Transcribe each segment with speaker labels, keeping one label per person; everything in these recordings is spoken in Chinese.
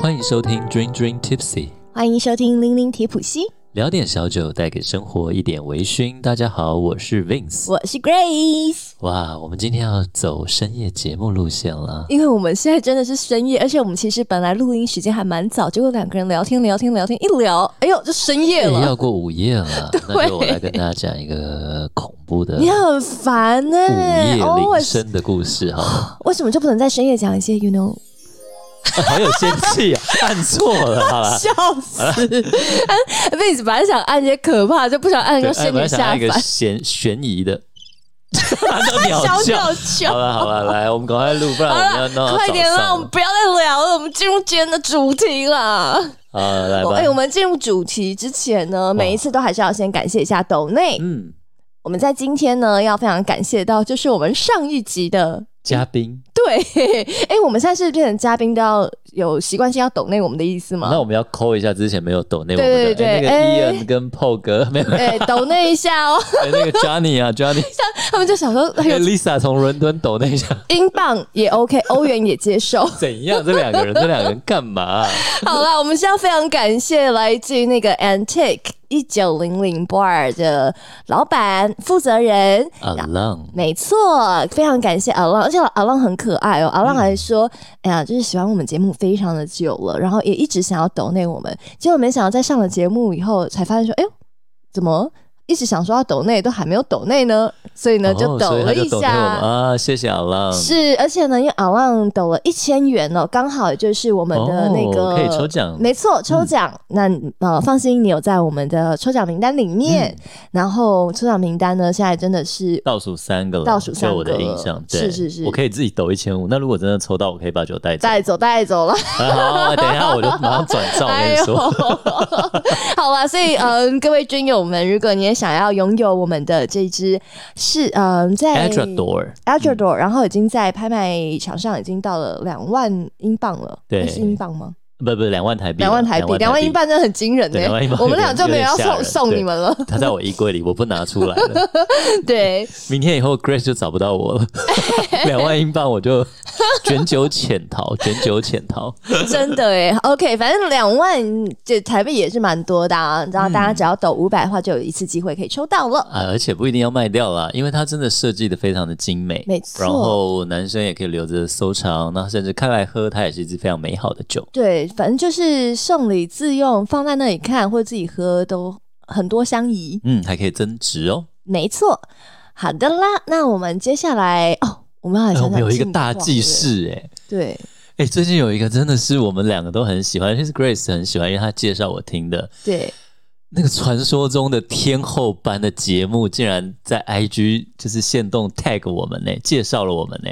Speaker 1: 欢迎收听 Dream Dream Tipsy，
Speaker 2: 欢迎收听《零零铁普西》，
Speaker 1: 聊点小酒，带给生活一点微醺。大家好，我是 Vince。
Speaker 2: 我是 Grace。
Speaker 1: 哇，我们今天要走深夜节目路线了。
Speaker 2: 因为我们现在真的是深夜，而且我们其实本来录音时间还蛮早，结果两个人聊天聊天聊天，一聊，哎呦，就深夜
Speaker 1: 也
Speaker 2: 了。
Speaker 1: 要过午夜 了，那就我来跟大家讲一个恐怖的午
Speaker 2: 你很烦呢、
Speaker 1: 夜
Speaker 2: 哦
Speaker 1: 铃声的故事好了。
Speaker 2: 为什么就不能在深夜讲一些 you know？哦
Speaker 1: 好有仙气啊， 按错了，好 了。
Speaker 2: 笑死！哎妹子本来想按一些可怕，就不想按，
Speaker 1: 对，
Speaker 2: 又
Speaker 1: 哎
Speaker 2: 深
Speaker 1: 本来
Speaker 2: 夜
Speaker 1: 想要
Speaker 2: 下
Speaker 1: 一个
Speaker 2: 凡。
Speaker 1: 悬悬疑 的，都鸟叫。
Speaker 2: 笑
Speaker 1: 好了好了，来，我们赶快录，不然我们要闹到
Speaker 2: 快点
Speaker 1: 早
Speaker 2: 啦！
Speaker 1: 上
Speaker 2: 我们不要再聊了，我们进入今天的主题啦。
Speaker 1: 啊，来
Speaker 2: 我
Speaker 1: 吧
Speaker 2: 哎、。我们进入主题之前呢，每一次都还是要先感谢一下斗内。
Speaker 1: 嗯，
Speaker 2: 我们在今天呢，要非常感谢到，就是我们上一集的
Speaker 1: 嘉宾，
Speaker 2: 对， 哎、我们现在是变成嘉宾都要有习惯性要抖内我们的意思
Speaker 1: 那
Speaker 2: 吗？
Speaker 1: 我们要扣一下之前没有抖那我
Speaker 2: 对
Speaker 1: 们的
Speaker 2: 对
Speaker 1: 哎那
Speaker 2: 对
Speaker 1: 个
Speaker 2: 哎
Speaker 1: Ian 跟 Paul 哥， 没有没有
Speaker 2: 哎，抖内一下哦，
Speaker 1: 哎那个 Johnny 啊 Johnny，
Speaker 2: 他们就想说，哎
Speaker 1: 哎
Speaker 2: 呦，
Speaker 1: Lisa 从伦敦抖那一 下，
Speaker 2: 英镑也 OK，欧元也接受。
Speaker 1: 怎样？这两个人，这两个人干嘛啊？
Speaker 2: 好啦，我们现在非常感谢来自于那个 Antique 一九零零 bar 的老板负责人，
Speaker 1: 啊 Alone，
Speaker 2: 没错，非常感谢阿浪，而且阿浪很可爱
Speaker 1: 嗯
Speaker 2: 哦。阿浪还说：“哎呀，就是喜欢我们节目非常的久了，然后也一直想要抖内我们，结果没想到在上了节目以后，才发现说，哎呦，怎么一直想说要抖内，都还没有抖内呢？所以呢，就
Speaker 1: 哦
Speaker 2: 抖
Speaker 1: 所以他
Speaker 2: 了
Speaker 1: 就
Speaker 2: 一
Speaker 1: 抖内我们
Speaker 2: 下。
Speaker 1: 啊，谢谢 Alone。
Speaker 2: 是，而且呢，因为阿浪抖了一千元哦，刚好就是我们的那个、
Speaker 1: 哦可以抽奖嗯
Speaker 2: 没错，抽奖。那呃，放心，你有在我们的抽奖名单里面。然后抽奖名单呢，现在真的是
Speaker 1: 倒数三个了，
Speaker 2: 倒数三个
Speaker 1: 就我的印象，对，
Speaker 2: 是是是
Speaker 1: 我可以自己抖一千五。那如果真的抽到，我可以把酒带走。
Speaker 2: 带走带走了。
Speaker 1: 哎 好，等一下我就马上转 账。我跟你说，
Speaker 2: 哎好吧，所以嗯，各位军友们，如果你也想要拥有我们的这只是嗯，在
Speaker 1: Adrador，
Speaker 2: Adrador，然后已经在拍卖场上已经到了两万英镑了，
Speaker 1: 对
Speaker 2: 那是英镑吗？
Speaker 1: 不不，两万台币，
Speaker 2: 两万台币，两万英。镑真的很惊人呢、
Speaker 1: 对
Speaker 2: 欸
Speaker 1: 两万英镑
Speaker 2: 我们俩就没有要
Speaker 1: 有点吓
Speaker 2: 送
Speaker 1: 人
Speaker 2: 送你们了，
Speaker 1: 他在我衣柜里，我不拿出来了。
Speaker 2: 对，
Speaker 1: 明天以后 Grace 就找不到我 了，两万英镑我就卷酒潜逃， 卷酒潜逃。
Speaker 2: 真的哎、OK，反正两万这台币也是蛮多的啊，然后
Speaker 1: 嗯
Speaker 2: 大家只要抖五百的话，就有一次机会可以抽到了。
Speaker 1: 啊，而且不一定要卖掉啦，因为它真的设计的非常的精美，
Speaker 2: 没错
Speaker 1: 然后男生也可以留着收藏，那甚至开来喝，它也是一支非常美好的酒。
Speaker 2: 对，反正就是送礼自用，放在那里看或者自己喝都很多相宜。
Speaker 1: 嗯，还可以增值哦。
Speaker 2: 没错，好的啦，那我们接下来哦，我们好
Speaker 1: 哎
Speaker 2: 像
Speaker 1: 我们有一个大记
Speaker 2: 事，
Speaker 1: 事哎、
Speaker 2: 对
Speaker 1: 哎、最近有一个真的是我们两个都很喜欢，就是 Grace 很喜欢，因为她介绍我听的
Speaker 2: 对，
Speaker 1: 那个传说中的天后般的节目，竟然在 IG 就是限动 tag 我们呢、介绍了我们呢、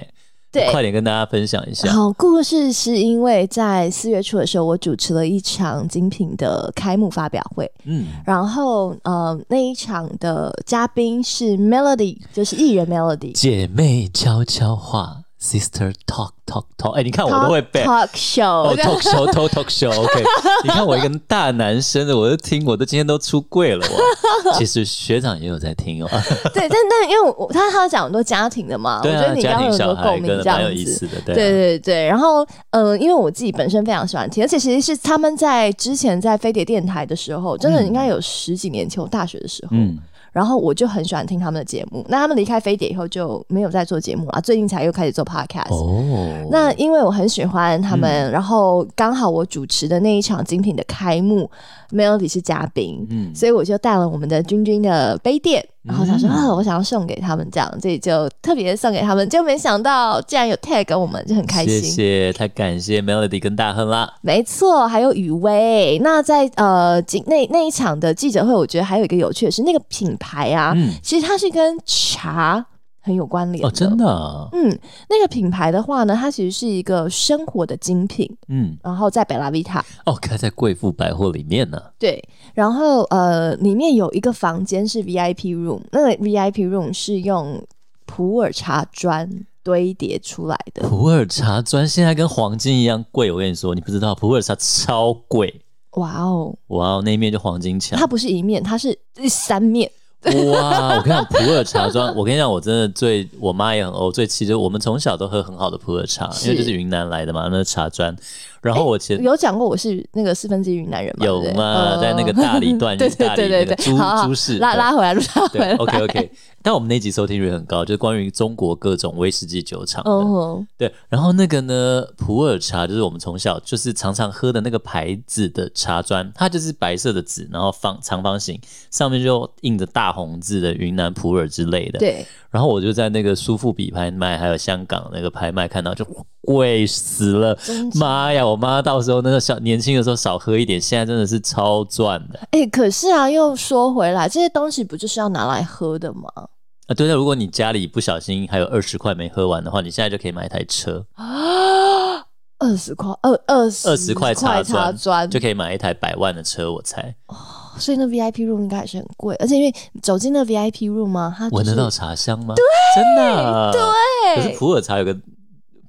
Speaker 2: 对
Speaker 1: 快点跟大家分享一下。
Speaker 2: 好，故事是因为在四月初的时候，我主持了一场精品的开幕发表会，
Speaker 1: 嗯，
Speaker 2: 然后呃，那一场的嘉宾是 Melody，就是艺人 Melody。
Speaker 1: 姐妹悄悄话，sister talk talk talk。哎、你看我都会背。哦
Speaker 2: talk show，
Speaker 1: ，talk show talk talk show，OK、你看我一个大男生的，我都听，我都今天都出柜了。我 其实学长也有在听哦。
Speaker 2: 对，但但因为我他他讲很多家庭的嘛，
Speaker 1: 对
Speaker 2: 我觉
Speaker 1: 啊，
Speaker 2: 得你
Speaker 1: 家
Speaker 2: 刚刚
Speaker 1: 庭
Speaker 2: 有很
Speaker 1: 小
Speaker 2: 多
Speaker 1: 孩
Speaker 2: 共鸣
Speaker 1: 跟
Speaker 2: 这样
Speaker 1: 蛮
Speaker 2: 子，
Speaker 1: 有意思的，对
Speaker 2: 对
Speaker 1: 啊。
Speaker 2: 对对，然后嗯、呃因为我自己本身非常喜欢听，而且其实是他们在之前在飞碟电台的时候，真的
Speaker 1: 嗯
Speaker 2: 应该有十几年前，我大学的时候，
Speaker 1: 嗯，
Speaker 2: 然后我就很喜欢听他们的节目。那他们离开飞碟以后就没有再做节目了，最近才又开始做 podcast。
Speaker 1: 哦，
Speaker 2: 那因为我很喜欢他们，
Speaker 1: 嗯
Speaker 2: 然后刚好我主持的那一场精品的开幕，Melody 是嘉宾，
Speaker 1: 嗯
Speaker 2: 所以我就带了我们的君君的杯垫，然后想说、
Speaker 1: 嗯
Speaker 2: 啊，我想要送给他们这样，所以就特别送给他们，就没想到竟然有 tag 我们，就很开心。
Speaker 1: 谢谢，太感谢 Melody 跟大亨啦。
Speaker 2: 没错，还有雨薇。那在呃今那那一场的记者会，我觉得还有一个有趣的是，那个品牌啊，
Speaker 1: 嗯，
Speaker 2: 其实它是跟茶很有关联
Speaker 1: 哦，真。的啊，
Speaker 2: 嗯，那个品牌的话呢，它其实是一个生活的精品，
Speaker 1: 嗯，
Speaker 2: 然后在北拉维塔，
Speaker 1: 哦，开在贵妇百货里面呢、
Speaker 2: 对，然后呃，里面有一个房间是 VIP room，那个 VIP room 是用普洱茶砖堆叠出来的，
Speaker 1: 普洱茶砖现在跟黄金一样贵，我跟你说，你不知道，普洱茶超贵。
Speaker 2: 哇哦，
Speaker 1: 哇哦，那一面就黄金墙
Speaker 2: 它，不是一面，它是三面，
Speaker 1: 哇！我跟你讲，普洱茶庄，我跟你讲，我真的最我妈也很欧，最气就是我们从小都喝很好的普洱茶，因为就是云南来的嘛，那是茶砖。然后我前、
Speaker 2: 有讲过我是那个四分之一云南人嘛？
Speaker 1: 有
Speaker 2: 对不对
Speaker 1: 嘛，在那个大理段，
Speaker 2: 对
Speaker 1: 大
Speaker 2: 对
Speaker 1: 理
Speaker 2: 对
Speaker 1: 那
Speaker 2: 对
Speaker 1: 个
Speaker 2: 对，
Speaker 1: 朱
Speaker 2: 好好
Speaker 1: 朱氏
Speaker 2: 拉拉回来，拉回
Speaker 1: 对
Speaker 2: 来。
Speaker 1: ，OK OK。但我们那集收听率很高，就是关于中国各种威士忌酒厂的。
Speaker 2: 嗯哼，
Speaker 1: 对，然后那个呢，普洱茶就是我们从小就是常常喝的那个牌子的茶砖，它就是白色的纸，然后方长方形，上面就印着大红字的云南普洱之类的。
Speaker 2: 对，
Speaker 1: 然后我就在那个苏富比拍卖，还有香港那个拍卖看到，就贵死了
Speaker 2: 真！的
Speaker 1: 妈呀，我妈到时候那个小年轻的时候少喝一点，现在真的是超赚的
Speaker 2: 哎，可是啊，又说回来，这些东西不就是要拿来喝的吗？
Speaker 1: 啊！对了，如果你家里不小心还有二十块没喝完的话，你现在就可以买一台车，
Speaker 2: 啊，二十块，二二十
Speaker 1: 二十块
Speaker 2: 茶
Speaker 1: 砖
Speaker 2: 砖
Speaker 1: 就可以买一台百万的车，我猜
Speaker 2: 所以那 VIP room 应该还是很贵，而且因为走进那 VIP room 嘛、 它就是
Speaker 1: 闻得到茶香吗？对，真的啊、
Speaker 2: 对
Speaker 1: 可是普洱茶有个。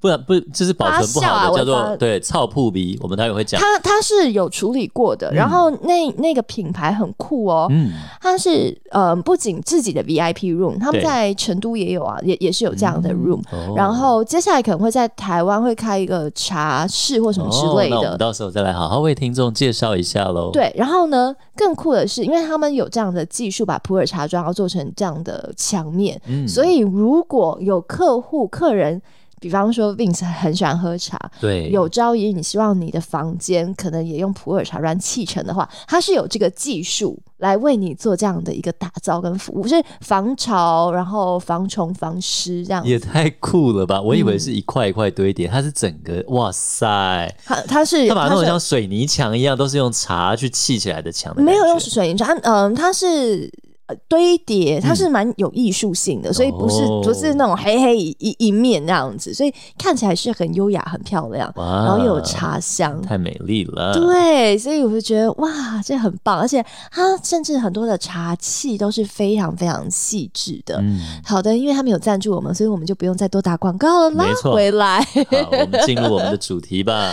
Speaker 1: 不然不就是保存不
Speaker 2: 发酵啊
Speaker 1: 好的，
Speaker 2: 我
Speaker 1: 叫做
Speaker 2: 发
Speaker 1: 对臭扑鼻，我们待会会讲。
Speaker 2: 它它是有处理过的，然后那那个品牌很酷哦，
Speaker 1: 嗯，
Speaker 2: 它是呃不仅自己的 VIP room，他
Speaker 1: 对
Speaker 2: 们在成都也有啊，也也是有这样的 room，、
Speaker 1: 哦
Speaker 2: 然后接下来可能会在台湾会开一个茶室或什么之类
Speaker 1: 哦。那我
Speaker 2: 的，
Speaker 1: 们到时候再来好好为听众介绍一下喽。，
Speaker 2: 对，然后呢，更酷的是，因为他们有这样的技术，把普洱茶庄要做成这样的墙面，
Speaker 1: 嗯
Speaker 2: 所以如果有客户、客人，比方说 Vince 很喜欢喝茶，
Speaker 1: 对
Speaker 2: 有朝一日你希望你的房间可能也用普洱茶砖砌成的话，它是有这个技术来为你做这样的一个打造跟服务，是防潮，然后防虫、防湿这样子。
Speaker 1: 也太酷了吧！我以为是一块一块堆
Speaker 2: 嗯
Speaker 1: 叠，它是整个，哇塞，
Speaker 2: 它它是
Speaker 1: 它把它弄
Speaker 2: 是
Speaker 1: 得像水泥墙一样，都是用茶去砌起来的墙的感觉。
Speaker 2: 没有用水银砖，嗯，它是。呃堆叠，它是蛮有艺术性的，所以不是
Speaker 1: 哦
Speaker 2: 不是那种黑黑一一一面那样子，所以看起来是很优雅、很漂亮，
Speaker 1: 哇
Speaker 2: 然后又有茶香，
Speaker 1: 太美丽了。，
Speaker 2: 对，所以我就觉得哇，这很棒，而且它甚至很多的茶器都是非常非常细致的。
Speaker 1: 嗯，
Speaker 2: 好的，因为他们有赞助我们，所以我们就不用再多打广告了啦。
Speaker 1: 没错
Speaker 2: 回来，
Speaker 1: 好，我们进入我们的主题 吧。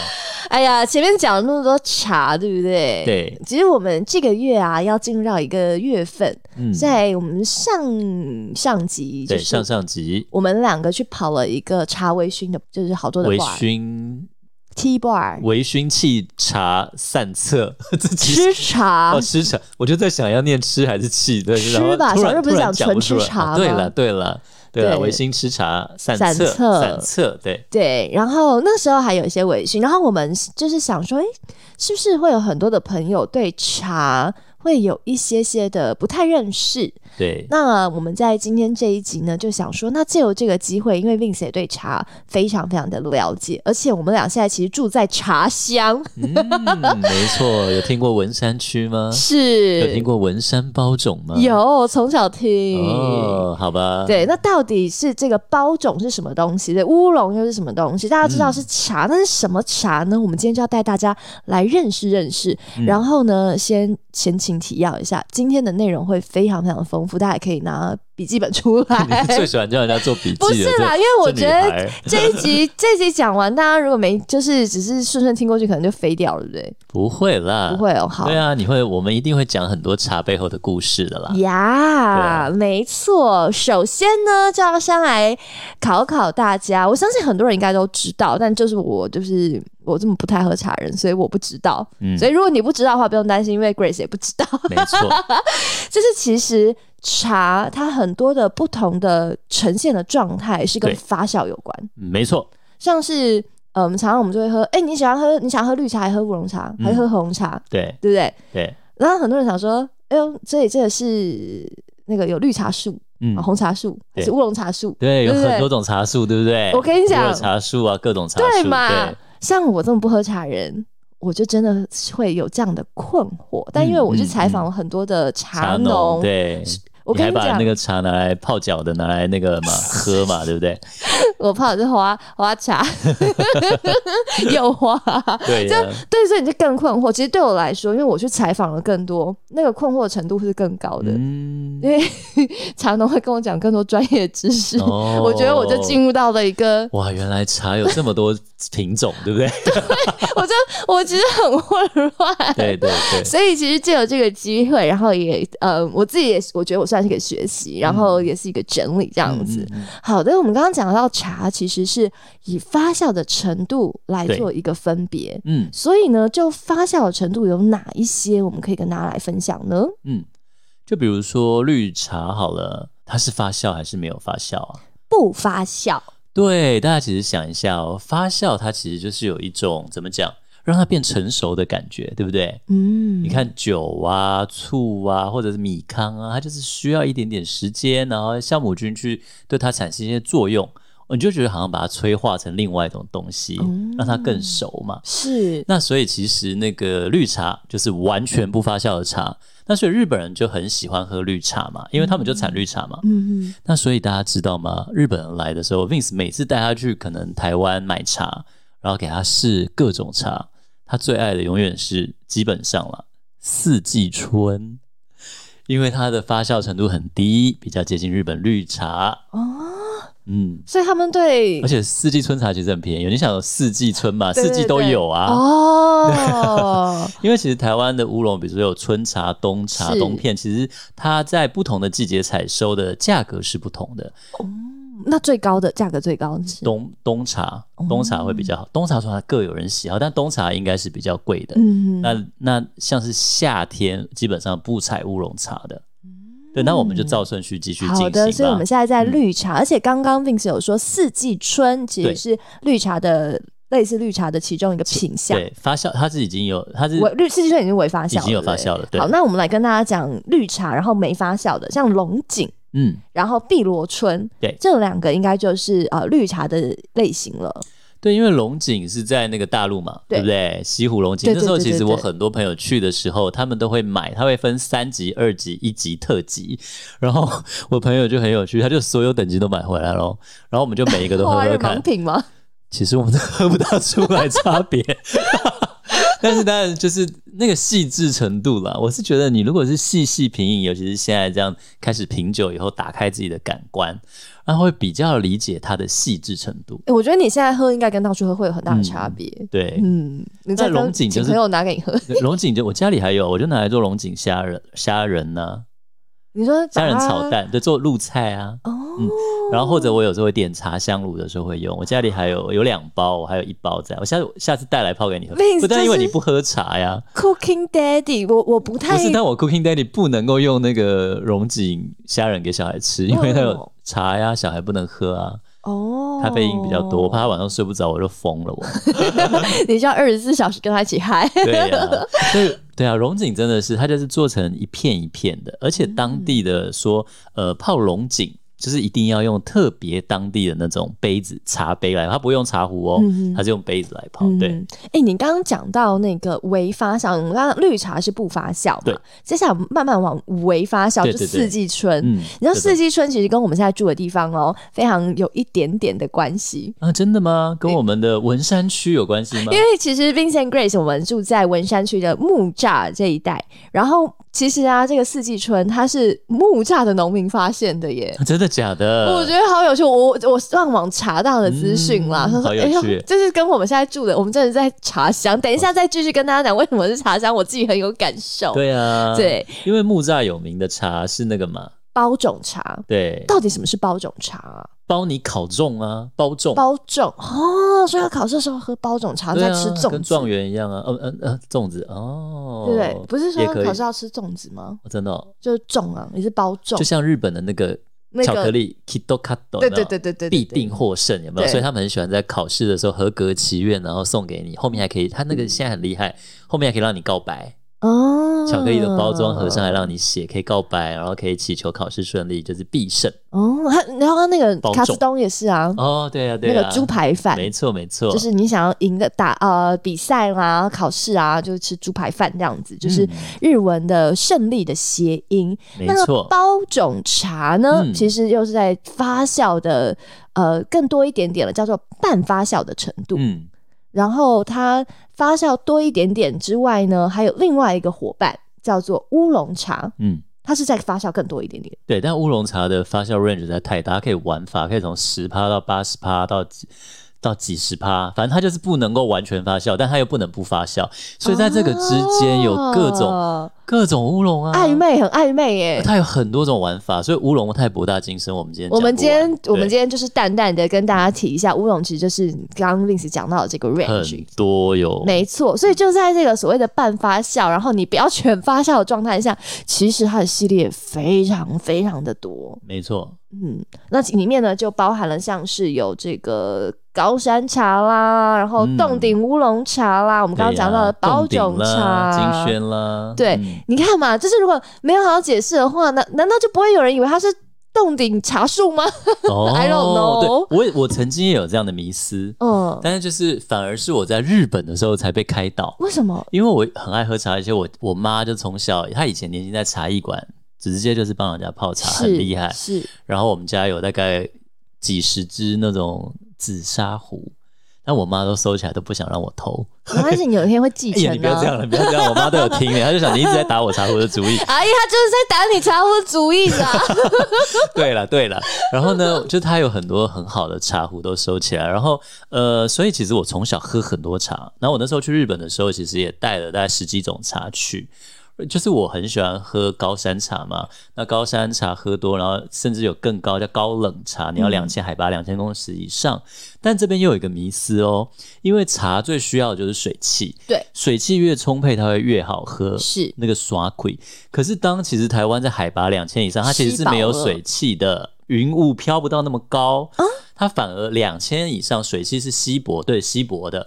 Speaker 2: 哎呀，前面讲了那么多茶，对不对？。
Speaker 1: 对，
Speaker 2: 其实我们这个月啊，要进入到一个月份，
Speaker 1: 嗯，
Speaker 2: 在我们上上集就
Speaker 1: 对上
Speaker 2: 是
Speaker 1: 上集
Speaker 2: 我们两个去跑了一个茶微醺的，就是好多的
Speaker 1: 微
Speaker 2: bar
Speaker 1: 醺
Speaker 2: T bar
Speaker 1: 微醺气茶散策， 自己
Speaker 2: 吃茶
Speaker 1: 哦，，吃茶，我就在想要念吃还是气，对，
Speaker 2: 吃
Speaker 1: 然后
Speaker 2: 吧
Speaker 1: 突然
Speaker 2: 小时候不
Speaker 1: 突
Speaker 2: 是
Speaker 1: 然
Speaker 2: 讲
Speaker 1: 讲不
Speaker 2: 纯
Speaker 1: 出
Speaker 2: 吃
Speaker 1: 来
Speaker 2: 茶
Speaker 1: 啊对
Speaker 2: 吗
Speaker 1: 了，对了，对了，
Speaker 2: 对
Speaker 1: 维新吃茶散
Speaker 2: 散
Speaker 1: 策，
Speaker 2: 策
Speaker 1: 散策，对，
Speaker 2: 对，然后那时候还有一些微醺，然后我们就是想说，诶，哎是不是会有很多的朋友对茶会有一些些的不太认识？
Speaker 1: 对，
Speaker 2: 那我们在今天这一集呢，就想说，那借由这个机会，因为 Vince 也对茶非常非常的了解，而且我们俩现在其实住在茶乡，
Speaker 1: 嗯，没错，有听过文山区吗？
Speaker 2: 是
Speaker 1: 嗯有听过文山包种吗？。
Speaker 2: 有从小听。
Speaker 1: 嗯哦，好吧。
Speaker 2: 对，那到底是这个包种是什么东西？对，乌龙又是什么东西？大家知道
Speaker 1: 嗯
Speaker 2: 是茶，但是什么茶呢？我们今天就要带大家来认识认识。
Speaker 1: 嗯
Speaker 2: 然后呢，先前情提要一下，今天的内容会非常非常丰富，大家可以拿笔记本 出
Speaker 1: 你是
Speaker 2: 来。
Speaker 1: 最喜欢叫人家做笔记的，
Speaker 2: 不是啦，
Speaker 1: 这
Speaker 2: 因为我觉
Speaker 1: 这女
Speaker 2: 得
Speaker 1: 孩
Speaker 2: 这一集这一集讲完，大家如果没就是只是顺顺听过去，可能就飞掉了，对
Speaker 1: 不
Speaker 2: 不对？
Speaker 1: 会啦，
Speaker 2: 不。会哦，好
Speaker 1: 对。啊，你会，我们一定会讲很多茶背后的故事的啦。
Speaker 2: 呀、没错。首先呢，就要先来考考大家。我相信很多人应该都知道，但就是我，就是我这么不太喝茶人，所以我不知道。
Speaker 1: 嗯
Speaker 2: 所以如果你不知道的话，不用担心，因为 Grace 也不知道。
Speaker 1: 没错，
Speaker 2: 就是其实茶它很多的不同的呈现的状态是跟
Speaker 1: 对
Speaker 2: 发酵有关，
Speaker 1: 没错，
Speaker 2: 像是嗯，常常我们就会喝，哎、你喜欢喝，你想喝绿茶，还是喝乌龙茶，
Speaker 1: 嗯
Speaker 2: 还是喝红茶，
Speaker 1: 对
Speaker 2: 对不对？
Speaker 1: 对，
Speaker 2: 然后很多人想说，哎呦，这里这里是那个有绿茶树。
Speaker 1: 嗯
Speaker 2: 啊，，红茶树还是
Speaker 1: 对
Speaker 2: 乌龙茶树？
Speaker 1: 对，有
Speaker 2: 对不对
Speaker 1: 很多种茶树，对不对？
Speaker 2: 我跟你讲
Speaker 1: 普洱茶树啊，各种茶树，
Speaker 2: 对
Speaker 1: 对
Speaker 2: 嘛？像我这么不喝茶人，我就真的会有这样的困惑。但因为我去采访了很多的茶
Speaker 1: 嗯茶
Speaker 2: 农，
Speaker 1: 对，
Speaker 2: 我
Speaker 1: 你
Speaker 2: 跟
Speaker 1: 还
Speaker 2: 你
Speaker 1: 把
Speaker 2: 讲，
Speaker 1: 那个茶拿来泡脚 的，拿来那个嘛喝嘛，对不对？
Speaker 2: 我泡的是花花茶， 有花。
Speaker 1: 对呀、
Speaker 2: 对，所以你就更困惑。其实对我来说，因为我去采访了更多，那个困惑程度是更高的。
Speaker 1: 嗯，
Speaker 2: 因为 茶农会跟我讲更多专业知识，
Speaker 1: 哦
Speaker 2: 我觉得我就进入到了一个
Speaker 1: 哇，原来茶有这么多品种，对不 对？
Speaker 2: 我就我其实很混乱。
Speaker 1: 对对对，
Speaker 2: 所以其实借有这个机会，然后也呃，我自己也我觉得我算是一个学习，然后
Speaker 1: 嗯
Speaker 2: 也是一个整理这样子。好的，我们刚刚讲到茶，其实是以发酵的程度来
Speaker 1: 对
Speaker 2: 做一个分别。
Speaker 1: 嗯
Speaker 2: 所以呢，就发酵的程度有哪一些，我们可以跟大家来分享呢？
Speaker 1: 嗯，就比如说绿茶好了，它是发酵还是没有发酵啊？
Speaker 2: 不发酵，
Speaker 1: 对，大家其实想一下哦，发酵它其实就是有一种怎么讲，让它变成熟的感觉，对不对？
Speaker 2: 嗯，
Speaker 1: 你，看酒啊、醋啊，或者是米糠啊，它就是需要一点点时间，然后酵母菌去对它产生一些作用，你就觉得好像把它催化成另外一种东西，
Speaker 2: 嗯
Speaker 1: 让它更熟嘛。
Speaker 2: 是
Speaker 1: 那所以其实那个绿茶就是完全不发酵的茶，那所以日本人就很喜欢喝绿茶嘛，因为他们就产绿茶嘛。
Speaker 2: 嗯，
Speaker 1: 那所以大家知道吗？日本人来的时候，Vince 每次带他去可能台湾买茶，然后给他试各种茶，他最爱的永远是基本上啦四季春，因为它的发酵程度很低，比较接近日本绿茶。
Speaker 2: 哦，
Speaker 1: 嗯，
Speaker 2: 所以他们对
Speaker 1: 而，且四季春茶其实很便宜，你想有四季春嘛，
Speaker 2: 对
Speaker 1: 四季都有啊。
Speaker 2: 哦，
Speaker 1: 因为其实台湾的乌龙，比如说有春茶、冬茶、
Speaker 2: 是
Speaker 1: 冬片，其实它在不同的季节采收的价格是不同的。
Speaker 2: 那最高的价格最高的是，
Speaker 1: 冬冬茶，
Speaker 2: 哦
Speaker 1: 冬茶会比较好。冬茶说它各有人喜好，但冬茶应该是比较贵的。
Speaker 2: 嗯，
Speaker 1: 那那像是夏天，基本上不采乌龙茶的。对，那我们就照顺序继续进
Speaker 2: 嗯好
Speaker 1: 行
Speaker 2: 的，所以我
Speaker 1: 吧嗯
Speaker 2: 们。现在在绿茶，而且刚刚 Vince 有说四季春其实
Speaker 1: 对
Speaker 2: 是绿茶的类似绿茶的其中一个品相。
Speaker 1: 对，发酵它是已经有，它是
Speaker 2: 我绿四季春已经未发酵
Speaker 1: 已
Speaker 2: 了，
Speaker 1: 经有发
Speaker 2: 对不
Speaker 1: 酵了。对
Speaker 2: 对好，，那我们来跟大家讲绿茶，然后没发酵的，像龙井，
Speaker 1: 嗯，
Speaker 2: 然后碧螺春，
Speaker 1: 对
Speaker 2: 这两个应该就是呃绿茶的类型了。
Speaker 1: 对，因为龙井是在那个大陆嘛，
Speaker 2: 对
Speaker 1: 对不对？西湖龙井
Speaker 2: 对对
Speaker 1: 那时候，
Speaker 2: 对
Speaker 1: 其
Speaker 2: 对
Speaker 1: 实我
Speaker 2: 对
Speaker 1: 很多朋友去的时候，他们都会买，他会分三级、二级、一级、特级。然后我朋友就很有趣，他就所有等级都买回来咯。然后我们就每一个都喝
Speaker 2: 哇，
Speaker 1: 喝
Speaker 2: 日
Speaker 1: 看
Speaker 2: 盲。品吗？
Speaker 1: 其实我们都喝不到出来差别， 但是当然就是那个细致程度啦。我是觉得你如果是细细品饮，尤其是现在这样开始品酒以后，打开自己的感官，然后会比较理解它的细致程度。
Speaker 2: 诶我觉得你现在喝应该跟当初喝会有很大的差别。
Speaker 1: 对，
Speaker 2: 嗯，你再
Speaker 1: 那龙
Speaker 2: 跟
Speaker 1: 井就是
Speaker 2: 请朋友拿给你喝，
Speaker 1: 龙井就我家里还有，我就拿来做龙井虾仁虾仁呢、
Speaker 2: 你说
Speaker 1: 虾仁
Speaker 2: 把它
Speaker 1: 炒蛋，对，做露菜啊。
Speaker 2: 哦，
Speaker 1: 然后或者我有时候会点茶香炉的时候会用，我家里还有有两包，我还有一包在，我下次下次带来泡给你喝。
Speaker 2: Vince，
Speaker 1: 不但因为
Speaker 2: 就是
Speaker 1: 你不喝茶呀，
Speaker 2: Cooking Daddy，我我不太
Speaker 1: 不是，但我 Cooking Daddy 不能够用那个溶井虾仁给小孩吃，因为它
Speaker 2: 哦
Speaker 1: 有茶呀，小孩不能喝啊，
Speaker 2: 哦，
Speaker 1: 咖啡因比较多，我怕他晚上睡不着，我就疯了我。
Speaker 2: 你就要二十四小时跟他一起嗨。
Speaker 1: 对呀、所以对啊，龙井真的是它就是做成一片一片的，而且当地的说，呃，泡龙井就是一定要用特别当地的那种杯子茶杯来，它不会用茶壶哦
Speaker 2: 嗯哼，
Speaker 1: 它是用杯子来泡。哦对
Speaker 2: 嗯，哎、你刚刚讲到那个微发酵，我们刚刚绿茶是不发酵嘛
Speaker 1: 对？
Speaker 2: 接下来我们慢慢往微发酵，
Speaker 1: 对
Speaker 2: 就
Speaker 1: 对对
Speaker 2: 四季春。
Speaker 1: 嗯
Speaker 2: 你知道
Speaker 1: 这
Speaker 2: 四季春其实跟我们现在住的地方哦，非常有一点点的关系。
Speaker 1: 啊，真的吗？跟我们的文山区有关系吗
Speaker 2: 因？为其实 Vincent Grace 我们住在文山区的木栅这一带，然后其实啊，这个四季春它是木栅的农民发现的耶。
Speaker 1: 啊真的假的？
Speaker 2: 我觉得好有趣，我我上网查到的资讯啦，
Speaker 1: 嗯
Speaker 2: 他说
Speaker 1: 好
Speaker 2: 哎
Speaker 1: 有趣
Speaker 2: 就是跟我们现在住的，我们真的在茶乡。等一下再继续跟大家讲为什么是茶乡，我自己很有感受。
Speaker 1: 对啊，
Speaker 2: 对，
Speaker 1: 因为木栅有名的茶是那个嘛，
Speaker 2: 包种茶
Speaker 1: 对，
Speaker 2: 到底什么是包种茶啊、
Speaker 1: 包你考中啊，包中，
Speaker 2: 包种哦，所以要考试的时候喝包种茶，
Speaker 1: 对
Speaker 2: 再
Speaker 1: 啊，
Speaker 2: 吃粽
Speaker 1: 跟
Speaker 2: 子，
Speaker 1: 状元一样啊，嗯嗯嗯，粽子哦，
Speaker 2: 对不对？不是说
Speaker 1: 也可以
Speaker 2: 考试要吃粽子吗？
Speaker 1: 哦真的哦，
Speaker 2: 就是种啊，也是包种
Speaker 1: 就，像日本的那个
Speaker 2: 那
Speaker 1: 巧克
Speaker 2: 个
Speaker 1: 力 Kito Kato，
Speaker 2: 对对对对对，对
Speaker 1: 必定。获胜，有没有？
Speaker 2: 对
Speaker 1: 所以他们很喜欢在考试的时候合格祈愿，然后送给你。后面还可以，他那
Speaker 2: 嗯
Speaker 1: 个现在很厉害，后面还可以让你告白，
Speaker 2: 哦，
Speaker 1: 巧克力的包装盒上还让你写，可以告白，然后可以祈求考试顺利，就是必胜。
Speaker 2: 哦，还然后那个
Speaker 1: 包种
Speaker 2: 卡斯东也是啊，
Speaker 1: 哦，对啊，对
Speaker 2: 那
Speaker 1: 啊，
Speaker 2: 个猪排饭，
Speaker 1: 没错没错，
Speaker 2: 就是你想要赢的打呃比赛啦、考试啊，就吃猪排饭这样子，就是日文的胜利的谐音。
Speaker 1: 嗯没
Speaker 2: 那
Speaker 1: 错。
Speaker 2: 包种茶呢，
Speaker 1: 嗯
Speaker 2: 其实又是在发酵的呃更多一点点了，叫做半发酵的程度。
Speaker 1: 嗯，
Speaker 2: 然后它发酵多一点点之外呢，还有另外一个伙伴叫做乌龙茶，
Speaker 1: 嗯，
Speaker 2: 它是在发酵更多一点点。
Speaker 1: 对，但乌龙茶的发酵 range 实在太大，它可以玩法可以从十趴到八十趴到几到几十趴，反正它就是不能够完全发酵，但它又不能不发酵，所以在这个之间有各种
Speaker 2: 哦哎
Speaker 1: 各种乌龙啊，
Speaker 2: 暧昧很暧昧耶。
Speaker 1: 它有很多种玩法，所以乌龙太博大精深。我们今天
Speaker 2: 我们
Speaker 1: 讲不
Speaker 2: 今天
Speaker 1: 完
Speaker 2: 我们
Speaker 1: 对
Speaker 2: 今天就是淡淡的跟大家提一下，乌龙其实就是刚刚 Vince 讲到的这个 range
Speaker 1: 很。多有
Speaker 2: 没错，所以就在这个所谓的半发酵，然后你不要全发酵的状态下，其实它的系列非常非常的多。
Speaker 1: 没错，
Speaker 2: 嗯，那里面呢就包含了像是有这个高山茶啦，然后
Speaker 1: 嗯
Speaker 2: 洞顶乌龙茶啦，我们刚刚
Speaker 1: 对
Speaker 2: 讲
Speaker 1: 呀
Speaker 2: 到的包
Speaker 1: 洞顶
Speaker 2: 种
Speaker 1: 啦金
Speaker 2: 茶，
Speaker 1: 萱啦，
Speaker 2: 对
Speaker 1: 嗯
Speaker 2: 你看嘛，就是如果没有好好解释的话，难难道就不会有人以为它是洞顶茶树吗？
Speaker 1: 哦
Speaker 2: I don't know
Speaker 1: 对我也我曾经也有这样的迷思，
Speaker 2: 嗯，
Speaker 1: 但是就是反而是我在日本的时候才被开导，
Speaker 2: 为什么？
Speaker 1: 因为我很爱喝茶，而且我我妈就从小她以前年轻在茶艺馆，直接就是帮人家泡茶，
Speaker 2: 是
Speaker 1: 很厉害。
Speaker 2: 是
Speaker 1: 然后我们家有大概几十只那种紫砂壶，但我妈都收起来，都不想让我偷。
Speaker 2: 没关系，你有一天会继
Speaker 1: 哎呀，
Speaker 2: 承啊
Speaker 1: 你不要这样
Speaker 2: 的。
Speaker 1: 了，你不要这样，我妈都有听的，她就想你一直在打我茶壶的主意。
Speaker 2: 阿姨，她哎就是在打你茶壶主意的。
Speaker 1: 对了，对了，然后呢，就它有很多很好的茶壶都收起来，然后呃，所以其实我从小喝很多茶。然后我那时候去日本的时候，其实也带了大概十几种茶去，就是我很喜欢喝高山茶嘛。那高山茶喝多，然后甚至有更高叫高冷茶，你要两千海拔两千公尺以上。但这边又有一个迷思哦，因为茶最需要的就是水汽，
Speaker 2: 对，
Speaker 1: 水汽越充沛，它会越好喝，
Speaker 2: 是
Speaker 1: 那个刷溃。可是当其实台湾在海拔两千以上，它其实是没有
Speaker 2: 吸饱了
Speaker 1: 水汽的，云雾飘不到那么高，
Speaker 2: 啊
Speaker 1: 它反而两千以上水汽是稀薄，对，稀薄的。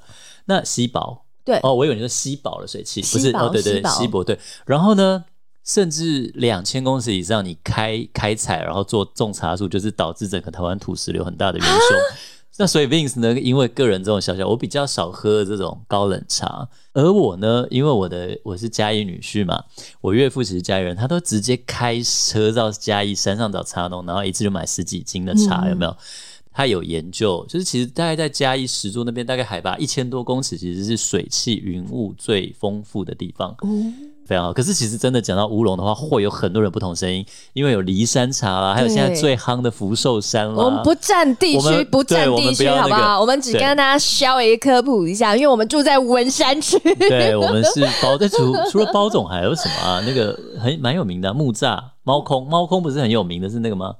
Speaker 1: 那稀薄，
Speaker 2: 对
Speaker 1: 哦，我以为你说稀薄的水汽，不是
Speaker 2: 稀薄
Speaker 1: 哦，对对
Speaker 2: 稀薄
Speaker 1: 稀薄对。然后呢，甚至两千公尺以上，你开开采，然后做种茶树，就是导致整个台湾土石流很大的元凶。
Speaker 2: 啊
Speaker 1: 那所以 Vince 呢，因为个人这种小小，我比较少喝这种高冷茶，而我呢，因为我的我是嘉义女婿嘛，我岳父其实嘉义人，他都直接开车到嘉义山上找茶农，然后一次就买十几斤的茶，
Speaker 2: 嗯
Speaker 1: 有没有？他有研究，就是其实大概在嘉义石柱那边，大概海拔一千多公尺，其实是水汽云雾最丰富的地方。
Speaker 2: 哦
Speaker 1: 非常好。可是其实真的讲到乌龙的话，会有很多人不同声音，因为有骊山茶啦，还有现在
Speaker 2: 对
Speaker 1: 最夯的福寿山啦。
Speaker 2: 我们不占地
Speaker 1: 我
Speaker 2: 区，
Speaker 1: 们
Speaker 2: 不占
Speaker 1: 对我们
Speaker 2: 地
Speaker 1: 不
Speaker 2: 区，
Speaker 1: 要
Speaker 2: 好不
Speaker 1: 那个
Speaker 2: 好？我们只
Speaker 1: 对
Speaker 2: 跟大家稍微科普一下，因为我们住在文山区。
Speaker 1: 对，我们是包。但除 除了包总还有什么啊？那个很蛮有名的、啊、木栅猫空，猫空不是很有名的是那个吗？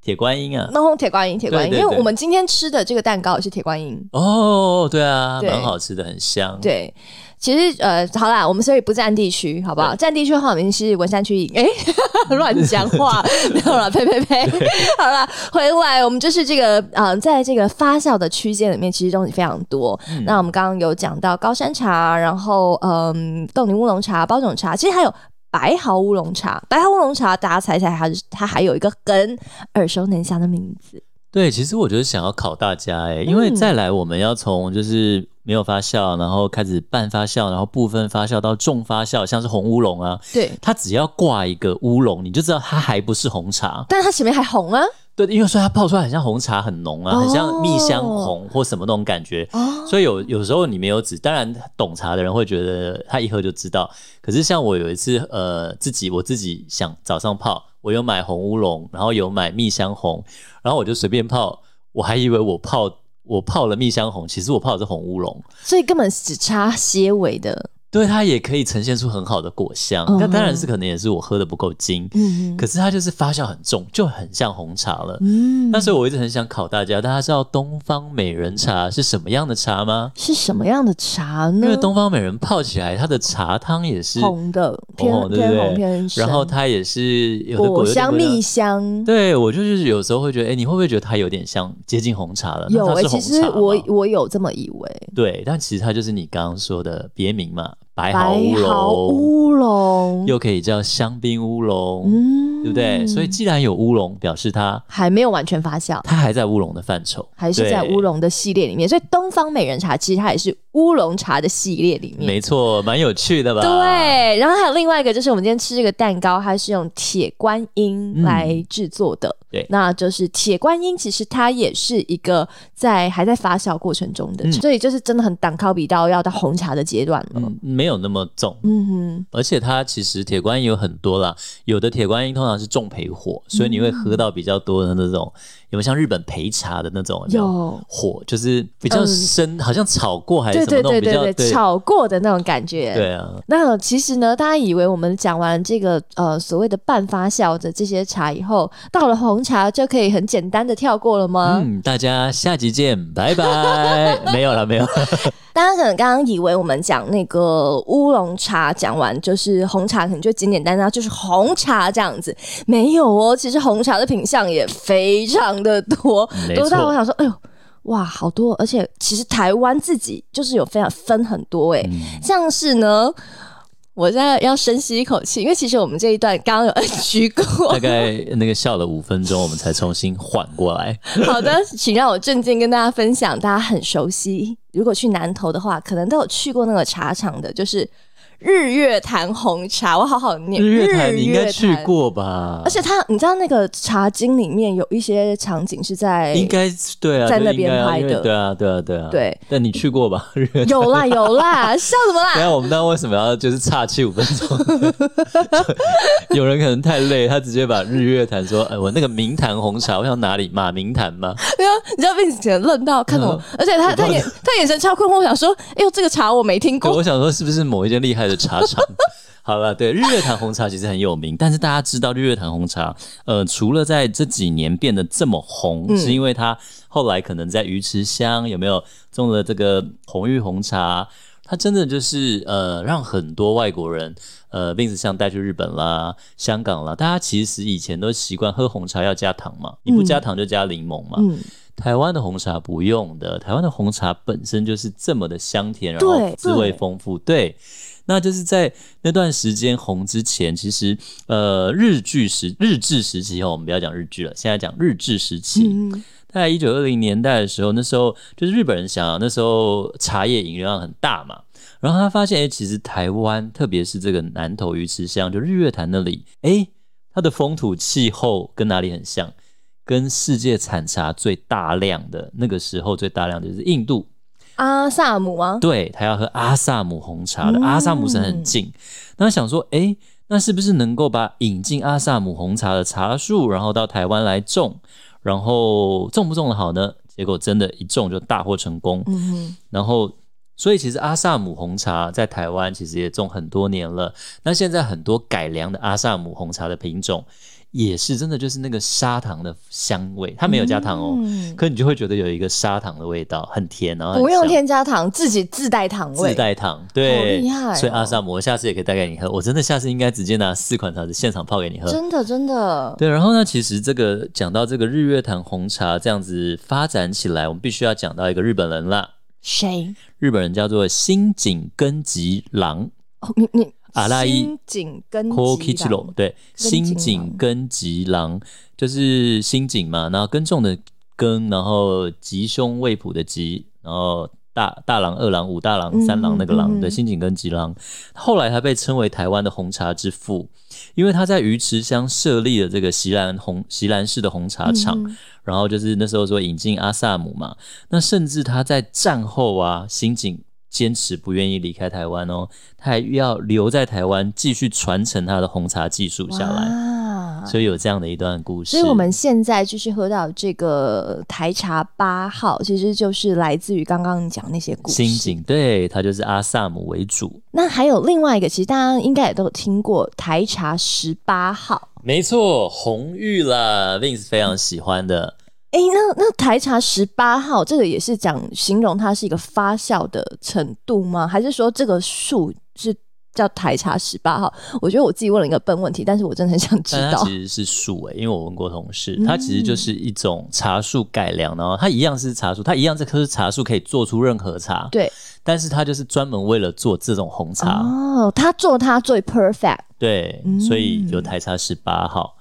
Speaker 1: 铁观音啊。
Speaker 2: 那红铁观音，铁观音，
Speaker 1: 对对
Speaker 2: 因为
Speaker 1: 对
Speaker 2: 我们今天吃的这个蛋糕也是铁观音。
Speaker 1: 哦，对啊，
Speaker 2: 对
Speaker 1: 蛮好吃的，很香。，
Speaker 2: 对，其实呃，好啦，我们所以不占地区，好不好？占地区的话，我们是文山区赢。哎、 乱讲 话，没有了，呸呸呸！ 好啦，回来我们就是这个呃，在这个发酵的区间里面，其实东西非常多。
Speaker 1: 嗯
Speaker 2: 那我们刚刚有讲到高山茶，然后嗯，冻龄乌龙茶、包种茶，其实还有。白毫乌龙茶，白毫乌龙茶，大家猜猜它是它还有一个很耳熟能详的名字，
Speaker 1: 对，其实我觉得想要考大家哎、
Speaker 2: 嗯
Speaker 1: 因为再来我们要从就是没有发酵，然后开始半发酵，然后部分发酵到重发酵，像是红乌龙啊，
Speaker 2: 对，
Speaker 1: 它只要挂一个乌龙，你就知道它还不是红茶。
Speaker 2: 但是它前面还红啊，
Speaker 1: 对，因为所以它泡出来很像红茶，很浓啊，
Speaker 2: 哦
Speaker 1: 很像蜜香红或什么那种感觉。
Speaker 2: 哦，
Speaker 1: 所以有有时候你没有指，当然懂茶的人会觉得他一喝就知道。可是像我有一次，呃，自己我自己想早上泡，我有买红乌龙，然后有买蜜香红，然后我就随便泡，我还以为我泡我泡了蜜香红，其实我泡的是红乌龙。
Speaker 2: 所以根本只差些尾的，
Speaker 1: 对，它也可以呈现出很好的果香。
Speaker 2: 嗯
Speaker 1: 那、当然是可能也是我喝的不够精，
Speaker 2: 嗯
Speaker 1: 可是它就是发酵很重，就很像红茶了。
Speaker 2: 嗯
Speaker 1: 那所以我一直很想考大家，大家知道东方美人茶是什么样的茶吗？
Speaker 2: 是什么样的茶呢？
Speaker 1: 因为东方美人泡起来，它的茶汤也是
Speaker 2: 红的偏
Speaker 1: 红对不
Speaker 2: 偏
Speaker 1: 对
Speaker 2: 红偏深，
Speaker 1: 然后它也是有的
Speaker 2: 果
Speaker 1: 有的
Speaker 2: 香
Speaker 1: 果
Speaker 2: 蜜香。
Speaker 1: 对我就是有时候会觉得，哎，你会不会觉得它有点像接近红茶了？
Speaker 2: 有
Speaker 1: 哎、
Speaker 2: 哎、其实我我有这么以为，
Speaker 1: 对，但其实它就是你刚刚说的别名嘛，白
Speaker 2: 白
Speaker 1: 毫乌
Speaker 2: 毫
Speaker 1: 龙，
Speaker 2: 乌龙，
Speaker 1: 又可以叫香槟乌龙，
Speaker 2: 嗯
Speaker 1: 对不对？所以既然有乌龙，表示它
Speaker 2: 还没有完全发酵，
Speaker 1: 它还在乌龙的范畴，
Speaker 2: 还是在
Speaker 1: 对
Speaker 2: 乌。龙的系列里面。所以东方美人茶其实它也是乌龙茶的系列里面。
Speaker 1: 没错，蛮有趣的吧？，
Speaker 2: 嗯对，然后还有另外一个就是我们今天吃这个蛋糕，它是用铁观音
Speaker 1: 嗯
Speaker 2: 来制作的。
Speaker 1: 对
Speaker 2: 那就是铁观音，其实它也是一个在还在发酵过程中的，
Speaker 1: 嗯
Speaker 2: 所以就是真的很挡靠比到要到红茶的阶段了。
Speaker 1: 嗯，没有那么重，
Speaker 2: 嗯哼，
Speaker 1: 而且它其实铁观音有很多啦，有的铁观音通常常是重焙火，所以你会喝到比较多的那种，有没有像日本焙茶的那种有没有
Speaker 2: 有
Speaker 1: 火，就是比较
Speaker 2: 嗯
Speaker 1: 深，好像炒过还是
Speaker 2: 对
Speaker 1: 什么
Speaker 2: 对
Speaker 1: 那种
Speaker 2: 对
Speaker 1: 比较
Speaker 2: 对对，炒过的那种感觉。
Speaker 1: 对啊，
Speaker 2: 那其实呢，大家以为我们讲完这个呃所谓的半发酵的这些茶以后，到了红茶就可以很简单的跳过了吗？
Speaker 1: 嗯，大家下集见，拜拜。 没有了，没有了。
Speaker 2: 大家可能刚刚以为我们讲那个乌龙茶讲完就是红茶，可能就简简单单就是红茶这样子，没有哦。其实红茶的品相也非常的多，
Speaker 1: 没
Speaker 2: 多到我
Speaker 1: 错，
Speaker 2: 想说，哎呦，哇，好多！而且其实台湾自己就是有非常分很多哎、
Speaker 1: 嗯
Speaker 2: 像是呢。我现在要深吸一口气，因为其实我们这一段刚刚有 NG 过
Speaker 1: 大。概那个笑了五分钟，我们才重新缓过来。
Speaker 2: 好的，请让我郑静跟大家分享，大家很熟悉。如果去南投的话，可能都有去过那个茶厂的，就是日月潭红茶。我好好念
Speaker 1: 日月潭你应该
Speaker 2: 日月
Speaker 1: 去
Speaker 2: 潭
Speaker 1: 过吧？
Speaker 2: 而且它，你知道那个茶经里面有一些场景是在
Speaker 1: 应该是对啊，
Speaker 2: 在
Speaker 1: 就
Speaker 2: 那
Speaker 1: 应
Speaker 2: 边
Speaker 1: 该啊
Speaker 2: 拍
Speaker 1: 因为
Speaker 2: 的
Speaker 1: 对啊，对啊，对啊。
Speaker 2: 对，
Speaker 1: 但你去过吧？ 日月潭。
Speaker 2: 有啦有啦，笑什么
Speaker 1: 等
Speaker 2: 啦？
Speaker 1: 一下我们那为什么要就是岔气五分钟？ 就有人可能太累，他直接把日月潭说：“哎，我那个明潭红茶，我想哪里马明潭吗？
Speaker 2: 没有，你知道被你整个愣到看
Speaker 1: 嗯
Speaker 2: 懂，而且他他眼他眼神超困惑，我想说，哎呦，这个茶我没听
Speaker 1: 对，
Speaker 2: 过。
Speaker 1: 我想说是不是某一间厉害的茶厂？ 好了，对，日月潭红茶其实很有名，但是大家知道日月潭红茶，呃，除了在这几年变得这么红，是因为它后来可能在鱼池乡有没有种了这个红玉红茶，它真的就是呃，让很多外国人呃，并且像带去日本啦、香港啦，大家其实以前都习惯喝红茶要加糖嘛，你不加糖就加柠檬嘛，
Speaker 2: 嗯，
Speaker 1: 台湾的红茶不用的，台湾的红茶本身就是这么的香甜，然
Speaker 2: 对
Speaker 1: 后滋味
Speaker 2: 对
Speaker 1: 丰富。对，那就是在那段时间红之前，其实呃日剧时日治时期哦，我们不要讲日剧了，现在讲日治时期。
Speaker 2: 嗯
Speaker 1: 在一九二零年代的时候，那时候就是日本人想要那时候茶叶饮料量很大嘛，然后他发现，哎、其实台湾，特别是这个南投鱼池乡，就日月潭那里，哎、它的风土气候跟哪里很像？跟世界产茶最大量的那个时候最大量的就是印度，
Speaker 2: 阿萨姆啊，
Speaker 1: 对他要喝阿萨姆红茶的，
Speaker 2: 嗯
Speaker 1: 阿萨姆省很近。那想说，诶，那是不是能够把引进阿萨姆红茶的茶树，然后到台湾来种？然后种不种的好呢？结果真的，一种就大获成功。
Speaker 2: 嗯哼，
Speaker 1: 然后，所以其实阿萨姆红茶在台湾其实也种很多年了。那现在很多改良的阿萨姆红茶的品种，也是真的就是那个砂糖的香味，它没有加糖哦，
Speaker 2: 嗯
Speaker 1: 可你就会觉得有一个砂糖的味道，很甜，然后很
Speaker 2: 不用
Speaker 1: 香
Speaker 2: 添加糖，自己自带糖味。
Speaker 1: 自带糖，对，
Speaker 2: 厉害哦
Speaker 1: 所以阿萨姆，我下次也可以带给你喝。我真的下次应该直接拿四款茶子现场泡给你喝。
Speaker 2: 真的真的，
Speaker 1: 嗯对，然后呢，其实这个讲到这个日月潭红茶这样子发展起来，我们必须要讲到一个日本人啦。
Speaker 2: 谁？
Speaker 1: 日本人叫做新井根吉郎
Speaker 2: 哦，你你
Speaker 1: 阿拉伊
Speaker 2: 新井跟
Speaker 1: k o k i c h i r o 对，
Speaker 2: 根
Speaker 1: 新
Speaker 2: 井
Speaker 1: 井
Speaker 2: 郎
Speaker 1: 根吉郎就是新井嘛，然后耕种的耕，然后吉凶未卜的吉，然后大大郎、二郎、武大郎、三郎那个郎，
Speaker 2: 嗯嗯嗯
Speaker 1: 对，新井根吉郎。后来他被称为台湾的红茶之父，因为他在鱼池乡设立了这个席兰红席兰市的红茶厂，
Speaker 2: 嗯
Speaker 1: 然后就是那时候说引进阿萨姆嘛，那甚至他在战后啊，新井坚持不愿意离开台湾哦，他还要留在台湾继续传承他的红茶技术下来，
Speaker 2: 哇
Speaker 1: 所以有这样的一段故事。
Speaker 2: 所以，我们现在就是喝到这个台茶八号，其实就是来自于刚刚你讲那些故
Speaker 1: 新
Speaker 2: 事。
Speaker 1: 井对，它就是阿萨姆为主，
Speaker 2: 那还有另外一个，其实大家应该也都有听过台茶十八号。
Speaker 1: 没错，红玉啦，Vince 非常喜欢的，
Speaker 2: 哎，那那台茶十八号这个也是讲形容它是一个发酵的程度吗？还是说这个数是叫台茶十八号？我觉得我自己问了一个笨问题，但是我真的很想知
Speaker 1: 但它
Speaker 2: 道
Speaker 1: 其。实是树诶、因为我问过同事，
Speaker 2: 嗯
Speaker 1: 它其实就是一种茶树改良，然后它一样是茶树，它一样这棵茶树可以做出任何茶，
Speaker 2: 对，
Speaker 1: 但是它就是专门为了做这种红茶，
Speaker 2: 哦，他做他最 perfect，
Speaker 1: 对，
Speaker 2: 嗯
Speaker 1: 所以有台茶十八号，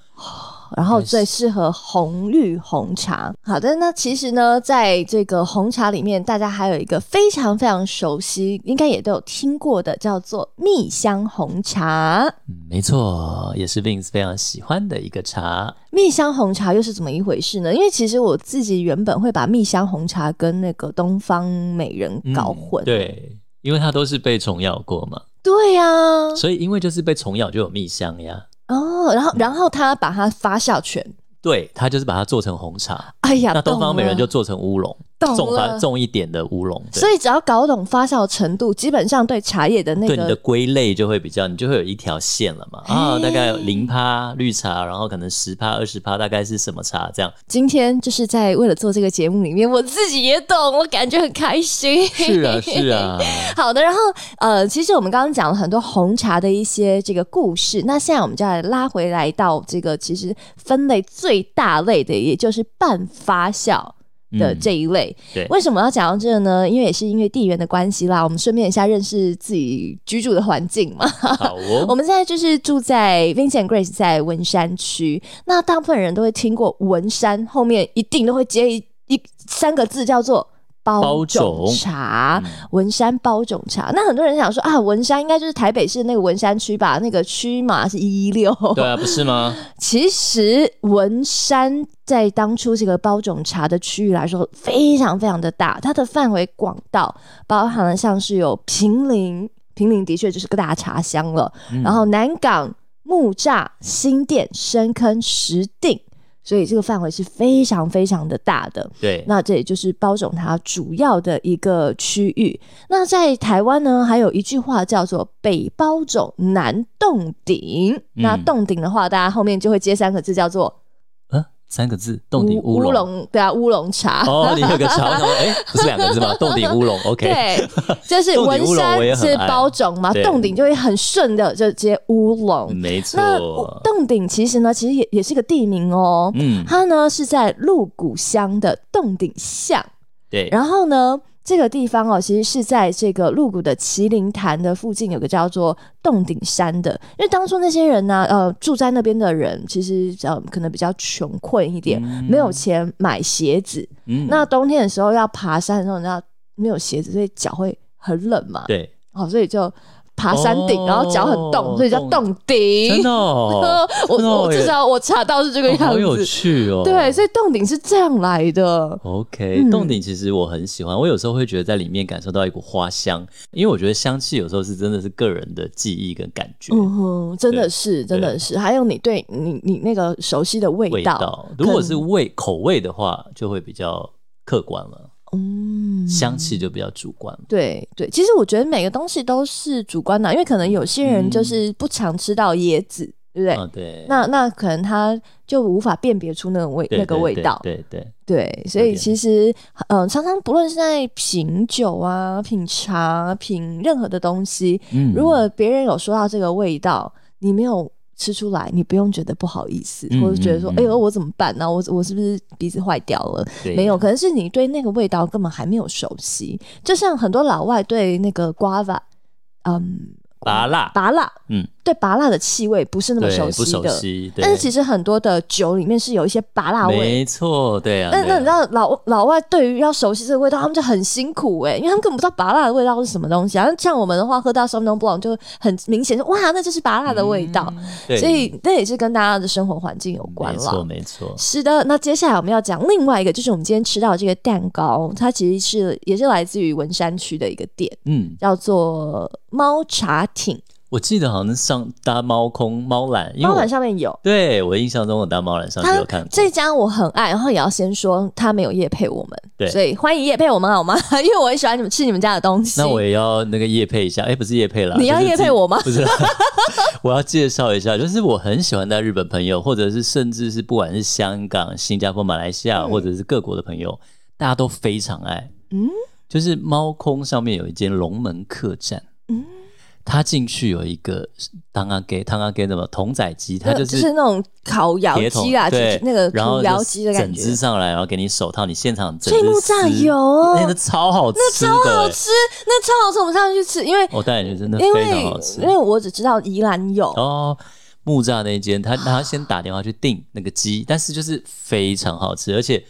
Speaker 2: 然后最适合红绿红茶。好的，那其实呢，在这个红茶里面，大家还有一个非常非常熟悉，应该也都有听过的，叫做蜜香红茶。
Speaker 1: 嗯没错，也是 Vince 非常喜欢的一个茶。
Speaker 2: 蜜香红茶又是怎么一回事呢？因为其实我自己原本会把蜜香红茶跟那个东方美人
Speaker 1: 嗯
Speaker 2: 搞混。
Speaker 1: 对，因为它都是被虫咬过嘛，
Speaker 2: 对呀、啊
Speaker 1: 所以因为就是被虫咬就有蜜香呀。
Speaker 2: 哦，然后然后他把它发酵全，
Speaker 1: 对，它就是把它做成红茶。
Speaker 2: 哎呀，
Speaker 1: 那东方美人就
Speaker 2: 懂
Speaker 1: 做成乌龙，
Speaker 2: 懂
Speaker 1: 重发
Speaker 2: 了
Speaker 1: 重一点的乌龙，
Speaker 2: 了
Speaker 1: 对
Speaker 2: 所以只要搞懂发酵程度，基本上对茶叶的那
Speaker 1: 对你的
Speaker 2: 个
Speaker 1: 归类就会比较，你就会有一条线了嘛。啊，大概有
Speaker 2: 嘿
Speaker 1: 零趴绿茶，然后可能十趴、二十趴，大概是什么茶这 样？
Speaker 2: 今天就是在为了做这个节目里面，我自己也懂，我感觉很开心。
Speaker 1: 是啊，是啊，
Speaker 2: 好的，然后呃，其实我们刚刚讲了很多红茶的一些这个故事，那现在我们就来拉回来到这个其实分类最大类的，也就是半发酵的
Speaker 1: 嗯
Speaker 2: 这一类。
Speaker 1: 对
Speaker 2: 为什么要讲到这个呢？因为也是因为地缘的关系啦，我们顺便一下认识自己居住的环境嘛。
Speaker 1: 好
Speaker 2: 我
Speaker 1: 哦，
Speaker 2: 们现在就是住在 Vincent Grace 在文山区，那大部分人都会听过文山，后面一定都会接一一三个字叫做。包
Speaker 1: 包
Speaker 2: 种
Speaker 1: 种嗯
Speaker 2: 茶，文山包种茶。那很多人想说啊，文山应该就是台北市那个文山区吧？那个区嘛是一一六。
Speaker 1: 对啊，不是吗？
Speaker 2: 其实文山在当初这个包种茶的区域来说，非常非常的大，它的范围广到包含了像是有平林，平林的确就是个大茶乡了，
Speaker 1: 嗯
Speaker 2: 然后南港、木栅、新店、深坑、石碇，所以这个范围是非常非常的大的。
Speaker 1: 对，
Speaker 2: 那这也就是包种它主要的一个区域。那在台湾呢，还有一句话叫做“北包种，南洞顶”
Speaker 1: 嗯
Speaker 2: 那洞顶的话，大家后面就会接三个字，叫做
Speaker 1: 呃，三个字，
Speaker 2: 乌
Speaker 1: 洞顶乌
Speaker 2: 乌
Speaker 1: 龙。
Speaker 2: 龙，对啊，乌龙茶。
Speaker 1: 哦，你有个潮头，哎，不是两个字吗？洞顶乌龙，OK，
Speaker 2: 对，就是
Speaker 1: 洞
Speaker 2: 文
Speaker 1: 顶乌龙
Speaker 2: 山
Speaker 1: 我也很
Speaker 2: 是
Speaker 1: 爱
Speaker 2: 包种嘛，
Speaker 1: 对
Speaker 2: 洞顶就会很顺的就接乌龙。
Speaker 1: 没
Speaker 2: 那
Speaker 1: 错，
Speaker 2: 洞顶其实呢，其实也也是个地名哦。
Speaker 1: 嗯，
Speaker 2: 它呢是在鹿谷乡的洞顶巷，
Speaker 1: 对，
Speaker 2: 然后呢，这个地方哦，其实是在这个鹿谷的麒麟潭的附近，有个叫做洞顶山的。因为当初那些人呢、呃，住在那边的人，其实呃，可能比较穷困一点，
Speaker 1: 嗯
Speaker 2: 没有钱买鞋子。
Speaker 1: 嗯
Speaker 2: 那冬天的时候要爬山的时候，你知道没有鞋子，所以脚会很冷嘛。
Speaker 1: 对，
Speaker 2: 哦，所以就爬山顶，
Speaker 1: 哦
Speaker 2: 然后脚很冻，所以叫洞
Speaker 1: 真
Speaker 2: 顶。
Speaker 1: 的哦，
Speaker 2: 我
Speaker 1: 真的哦
Speaker 2: 我
Speaker 1: 耶
Speaker 2: 至少我查到是这个
Speaker 1: 哦
Speaker 2: 样子。
Speaker 1: 好有趣哦，
Speaker 2: 对，所以洞顶是这样来的。
Speaker 1: OK，
Speaker 2: 嗯
Speaker 1: 洞顶其实我很喜欢，我有时候会觉得在里面感受到一股花香，因为我觉得香气有时候是真的是个人的记忆跟感觉。
Speaker 2: 嗯哼，真的
Speaker 1: 对
Speaker 2: 是，真的
Speaker 1: 对
Speaker 2: 是，还有你对你你那个熟悉的味
Speaker 1: 味道，如果是味口味的话，就会比较客观了，
Speaker 2: 嗯
Speaker 1: 香气就比较主观了。
Speaker 2: 对对，其实我觉得每个东西都是主观的，啊因为可能有些人就是不常吃到椰子，对不对？
Speaker 1: 啊，嗯对，
Speaker 2: 那那可能他就无法辨别出那种味
Speaker 1: 对
Speaker 2: 那个味道，
Speaker 1: 对对对
Speaker 2: 对，所
Speaker 1: 有
Speaker 2: 以
Speaker 1: 点
Speaker 2: 其实嗯、呃常常不论是在品酒啊、品茶、品任何的东西，
Speaker 1: 嗯
Speaker 2: 如果别人有说到这个味道，你没有吃出来，你不用觉得不好意思，
Speaker 1: 嗯
Speaker 2: 或者觉得说
Speaker 1: 嗯，嗯
Speaker 2: 哎呦，我怎么办呢、我我是不是鼻子坏掉了？
Speaker 1: 对
Speaker 2: 没有，可能是你对那个味道根本还没有熟悉。就像很多老外对那个 guava，嗯，
Speaker 1: 拔辣，
Speaker 2: 拔辣，
Speaker 1: 嗯，
Speaker 2: 对拔辣的气味不是那么
Speaker 1: 对
Speaker 2: 熟
Speaker 1: 不
Speaker 2: 悉
Speaker 1: 熟
Speaker 2: 的。
Speaker 1: 悉，对
Speaker 2: 但是其实很多的酒里面是有一些拔辣味。
Speaker 1: 没错，对啊。
Speaker 2: 那
Speaker 1: 对
Speaker 2: 那
Speaker 1: 啊
Speaker 2: 你知道老老外对于要熟悉这个味道，他们就很辛苦哎、因为他们根本不知道拔辣的味道是什么东西啊。像我们的话，喝到 s o m n o b l o n 就很明显就哇，那就是拔辣的味道。
Speaker 1: 嗯对
Speaker 2: 所以那也是跟大家的生活环境有关
Speaker 1: 没错
Speaker 2: 了。
Speaker 1: 没错，
Speaker 2: 是的，那接下来我们要讲另外一个，就是我们今天吃到的这个蛋糕，它其实是也是来自于文山区的一个店，
Speaker 1: 嗯，
Speaker 2: 叫做猫茶町，
Speaker 1: 我记得好像是上搭猫空猫缆，因为
Speaker 2: 猫
Speaker 1: 我
Speaker 2: 板上面有。
Speaker 1: 对我印象中我搭猫缆上去有看过，
Speaker 2: 这家我很爱，然后也要先说他没有夜配我们，
Speaker 1: 对
Speaker 2: 所以欢迎夜配我们好吗？ 因为我很喜欢你们吃你们家的东西。
Speaker 1: 那我也要那个夜配一下，哎、不是夜配啦，
Speaker 2: 你要
Speaker 1: 就是
Speaker 2: 业
Speaker 1: 自
Speaker 2: 配
Speaker 1: 己
Speaker 2: 我吗
Speaker 1: 不是啦， 我要介绍一下，就是我很喜欢带日本朋友，或者是甚至是不管是香港、新加坡、马来西亚，
Speaker 2: 嗯
Speaker 1: 或者是各国的朋友，大家都非常爱。
Speaker 2: 嗯
Speaker 1: 嗯，就是猫空上面有一间龙门客栈。
Speaker 2: 嗯
Speaker 1: 嗯。他进去有一个汤阿给汤阿给什么童仔鸡，它
Speaker 2: 那
Speaker 1: 就
Speaker 2: 就是是那种烤窑
Speaker 1: 铁桶
Speaker 2: 鸡啊，就是
Speaker 1: 对，
Speaker 2: 那个
Speaker 1: 然后
Speaker 2: 土
Speaker 1: 就
Speaker 2: 窑鸡的感
Speaker 1: 整
Speaker 2: 觉，
Speaker 1: 只上来，然后给你手套，你现场整
Speaker 2: 翠
Speaker 1: 只
Speaker 2: 木榨
Speaker 1: 撕
Speaker 2: 油哦
Speaker 1: 那个超好吃的、
Speaker 2: 超好
Speaker 1: 欸
Speaker 2: 吃，那超好吃，我们上次去吃，因为
Speaker 1: 我带你去真的
Speaker 2: 因
Speaker 1: 嗯非常好
Speaker 2: 为
Speaker 1: 吃
Speaker 2: 因。为我只知道宜兰有，
Speaker 1: 哦，木栅那一间，他
Speaker 2: 啊
Speaker 1: 他先打电话去订那个鸡，但是就是非常好吃，而且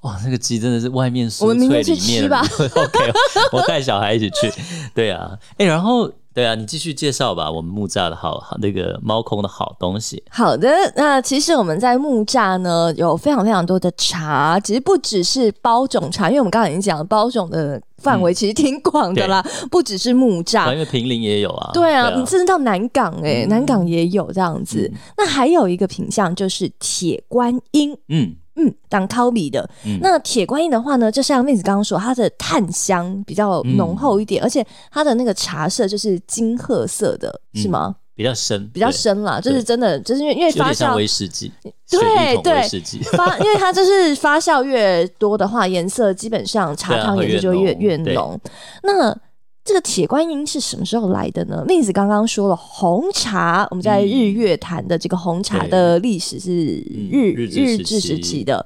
Speaker 1: 哇，那个鸡真的是外面
Speaker 2: 我
Speaker 1: 酥
Speaker 2: 们明
Speaker 1: 脆，
Speaker 2: 天去
Speaker 1: 里
Speaker 2: 吃
Speaker 1: 面
Speaker 2: 吧
Speaker 1: OK，我带小孩一起去。对啊，哎、然后对啊，你继续介绍吧，我们木栅的好好那个猫空的好东西。
Speaker 2: 好的，那其实我们在木栅呢有非常非常多的茶，其实不只是包种茶，因为我们刚才已经讲了包种的
Speaker 1: 嗯
Speaker 2: 范围其实挺广的啦，不只是木
Speaker 1: 啊，
Speaker 2: 栅。
Speaker 1: 因为平林也有啊。
Speaker 2: 对啊，你甚至到南港哎、
Speaker 1: 嗯
Speaker 2: 南港也有这样子。那还有一个品相就是铁观音，
Speaker 1: 嗯
Speaker 2: 嗯，当 c o 的。
Speaker 1: 嗯，
Speaker 2: 那铁观音的话呢，就像妹子刚刚说，它的炭香比较浓厚
Speaker 1: 嗯
Speaker 2: 一点，而且它的那个茶色就是金褐色的，是吗？
Speaker 1: 比较深，
Speaker 2: 比较
Speaker 1: 嗯对，
Speaker 2: 深啦，就是
Speaker 1: 对
Speaker 2: 真的，就是因为因为
Speaker 1: 有
Speaker 2: 发
Speaker 1: 点像
Speaker 2: 酵
Speaker 1: 威士忌，
Speaker 2: 对
Speaker 1: 水蜜桶
Speaker 2: 对
Speaker 1: 威士忌。
Speaker 2: 发，因为它就是发酵越多的话，颜色基本上茶
Speaker 1: 对啊
Speaker 2: 汤
Speaker 1: 会
Speaker 2: 颜色
Speaker 1: 越
Speaker 2: 就越
Speaker 1: 浓
Speaker 2: 越
Speaker 1: 对
Speaker 2: 浓。那这个铁观音是什么时候来的呢？妹子刚刚说了，红茶，我们在
Speaker 1: 嗯
Speaker 2: 日月潭的这个红茶
Speaker 1: 对嗯
Speaker 2: 的历史是日、
Speaker 1: 日治
Speaker 2: 日
Speaker 1: 时
Speaker 2: 治时
Speaker 1: 期
Speaker 2: 期的。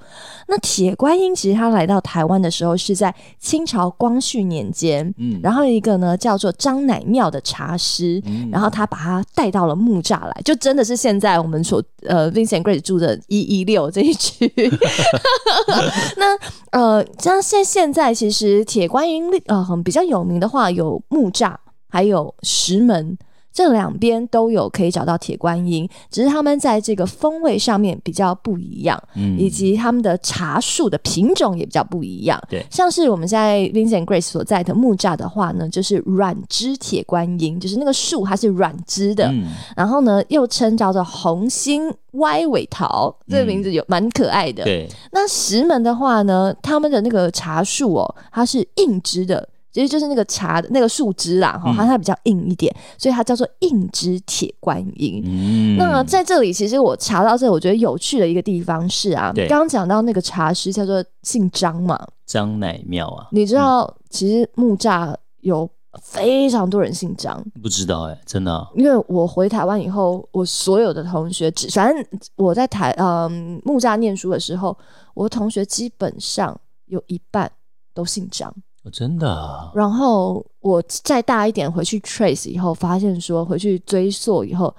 Speaker 2: 那铁观音其实它来到台湾的时候是在清朝光绪年间，
Speaker 1: 嗯，
Speaker 2: 然后一个呢叫做张乃妙的茶师，
Speaker 1: 嗯
Speaker 2: 然后他把他带到了木栅来，就真的是现在我们所呃 Vincent Grace 住的一一六这一区。 那呃，像现现在其实铁观音呃很比较有名的话，有木栅，还有石门。这两边都有可以找到铁观音，只是他们在这个风味上面比较不一样，
Speaker 1: 嗯
Speaker 2: 以及他们的茶树的品种也比较不一样。
Speaker 1: 对
Speaker 2: 像是我们现在 Vincent Grace 所在的木栅的话呢，就是软枝铁观音，就是那个树它是软枝的，
Speaker 1: 嗯
Speaker 2: 然后呢又称叫做红心歪尾桃，这个
Speaker 1: 嗯
Speaker 2: 名字有蛮可爱的。
Speaker 1: 对，
Speaker 2: 那石门的话呢，他们的那个茶树哦，它是硬枝的，其实就是那个茶的那个树枝啦，哈、
Speaker 1: 嗯
Speaker 2: 它它比较硬一点，所以它叫做硬枝铁观音。
Speaker 1: 嗯，
Speaker 2: 那在这里，其实我查到这，我觉得有趣的一个地方是啊，
Speaker 1: 对
Speaker 2: 刚刚讲到那个茶师叫做姓张嘛，
Speaker 1: 张乃妙啊，
Speaker 2: 你知道，其实木栅有非常多人姓张，
Speaker 1: 不知道哎，真的啊，
Speaker 2: 因为我回台湾以后，我所有的同学，只反正我在台嗯木栅念书的时候，我的同学基本上有一半都姓张。
Speaker 1: 哦真的啊，
Speaker 2: 然后我再大一点回去 trace 以后，发现说回去追溯以后，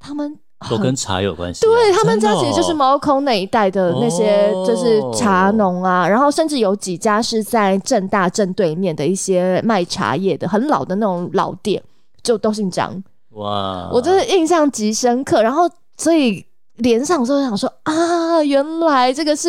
Speaker 2: 他们
Speaker 1: 都
Speaker 2: 很
Speaker 1: 跟茶有关系啊。
Speaker 2: 对他们
Speaker 1: 真
Speaker 2: 家
Speaker 1: 的
Speaker 2: 其实就是
Speaker 1: 哦
Speaker 2: 猫空那一带的那些，
Speaker 1: 哦
Speaker 2: 就是茶农啊，然后甚至有几家是在正大正对面的一些卖茶叶的很老的那种老店，就都姓张，
Speaker 1: 哇，
Speaker 2: 我真的印象极深刻。然后所以连上之后想说啊，原来这个是